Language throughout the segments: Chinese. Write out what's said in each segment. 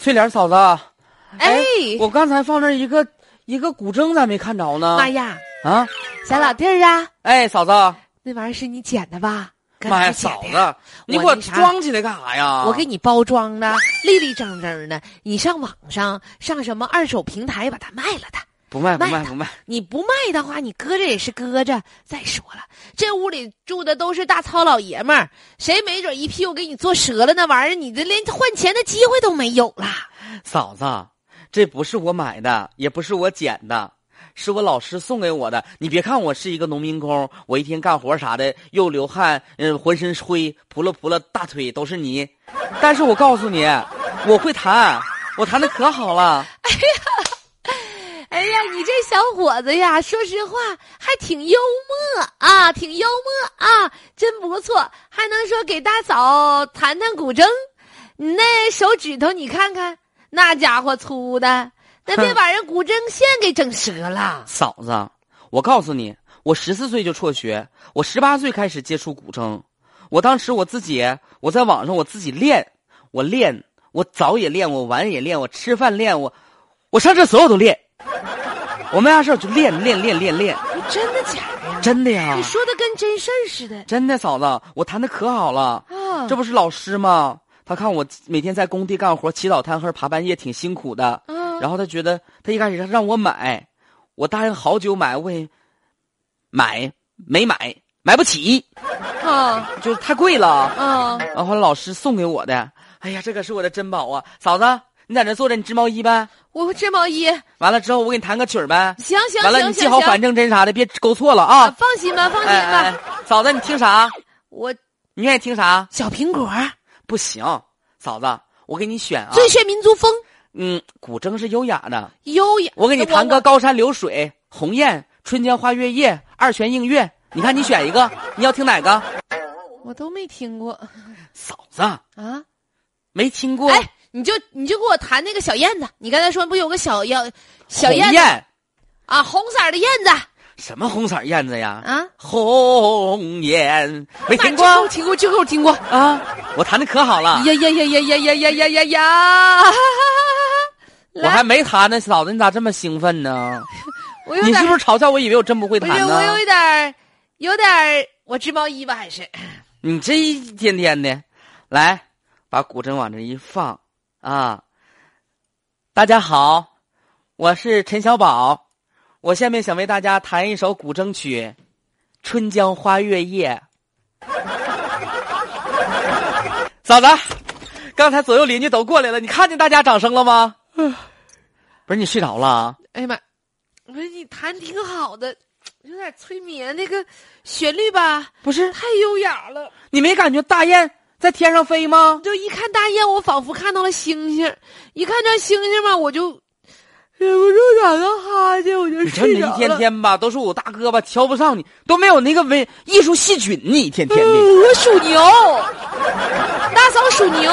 翠莲嫂子，哎，我刚才放那儿一个一个古筝咋没看着呢？妈呀，啊！小老弟儿啊，哎，嫂子，那玩意儿是你捡的吧？赶紧妈呀，捡嫂的呀子，你给啊我我那啥装起来干啥呀？我给你包装的立立正正的，你上网上上什么二手平台把它卖了它。不卖不卖卖它不卖，你不卖的话，你搁着也是搁着。再说了，这屋里住的都是大糙老爷们儿，谁没准一屁股给你坐折了那玩意儿，你这连换钱的机会都没有了。嫂子，这不是我买的，也不是我捡的。是我老师送给我的。你别看我是一个农民工，我一天干活啥的又流汗，嗯、浑身是灰，扑了扑了，大腿都是泥。但是我告诉你，我会弹，我弹的可好了。哎呀，你这小伙子呀，说实话还挺幽默啊，挺幽默啊，真不错，还能说给大嫂弹弹古筝。你那手指头，你看看，那家伙粗的，那别把人古筝线给整 折了。嫂子，我告诉你，我十四岁就辍学，我十八岁开始接触古筝。我当时我自己，我在网上我自己练，我练，我早也练，我晚也练，我吃饭练，我我上厕所我都练。我没啥事儿我就练练练练练，真的假的呀？真的呀你，说的跟真事儿似的真的嫂子，我弹的可好了。啊！这不是老师吗？他看我每天在工地干活，起早贪黑，爬半夜，挺辛苦的。啊，然后他觉得他一开始让我买，我答应好久买，我也买没买，买不起，啊就是太贵了。啊！然后后来老师送给我的，哎呀，这可是我的珍宝啊！嫂子，你在这坐着，你织毛衣呗。我这毛衣，完了之后，我给你弹个曲儿呗。行行完了，行你行记好行反正针啥的，别勾错了啊啊！放心吧，放心哎哎吧，哎，嫂子，你听啥？我你愿意听啥？小苹果不行，嫂子，我给你选啊。最炫民族风，嗯，古筝是优雅的。优雅。我给你弹我个《高山流水》《鸿雁》《春江花月夜》《二泉映月》，你看你选一个，你要听哪个？我都没听过嫂子啊！没听过，哎，你就你就给我弹那个小燕子，你刚才说不有个小要小鸿燕子雁啊，红色儿的燕子什么红色燕子呀？啊，鸿雁没听过那听过听过听过，啊？我弹的可好了，呀呀呀呀呀呀呀呀呀呀！我还没弹呢，嫂子你咋这么兴奋呢？我有你点是不是嘲笑我以为我真不会不弹是我有呢？一点儿有点儿我织毛衣吧还是你这一天天的，来把古筝往这一放啊！大家好，我是陈小宝，我下面想为大家弹一首古筝曲《春江花月夜》。嫂子，刚才左右邻居都过来了，你看见大家掌声了吗？不是你睡着了啊？哎呀妈，我说你弹挺好的，有点催眠那个旋律吧，不是，太优雅了。你没感觉大雁在天上飞吗？就一看大雁，我仿佛看到了星星。一看这星星嘛，我就忍不住打个哈欠，我就你说你睡着一了。天天吧，都说我大哥吧瞧不上你，都没有那个文艺术细菌，你一天天的、嗯我属牛，大嫂属牛。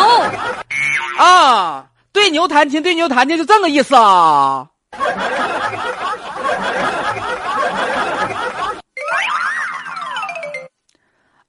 啊，对牛弹琴，对牛弹琴就这个意思啊。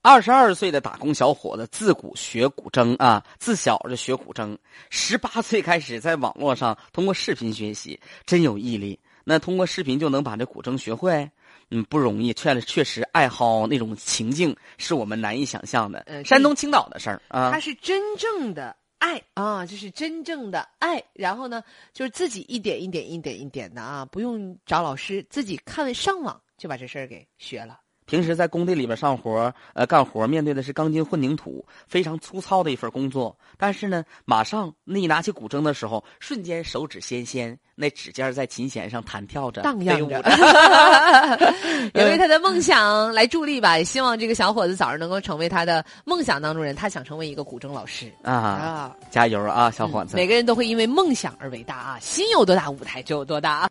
二十二岁的打工小伙子，自古学古筝啊，自小就学古筝。十八岁开始在网络上通过视频学习，真有毅力。那通过视频就能把这古筝学会，嗯，不容易。确确实爱好那种情境是我们难以想象的。嗯山东青岛的事儿啊，他是真正的爱啊，这是真正的爱。然后呢，就是自己一点一点、一点一点的啊，不用找老师，自己看上网就把这事儿给学了。平时在工地里边上活，呃，干活面对的是钢筋混凝土，非常粗糙的一份工作。但是呢，马上那一拿起古筝的时候，瞬间手指纤纤，那指尖在琴弦上弹跳着、荡飞漾舞着着。， 也为他的梦想来助力吧。也希望这个小伙子早日能够成为他的梦想当中人。他想成为一个古筝老师啊，啊，嗯加油啊，小伙子！每个人都会因为梦想而伟大啊，心有多大，舞台就有多大啊。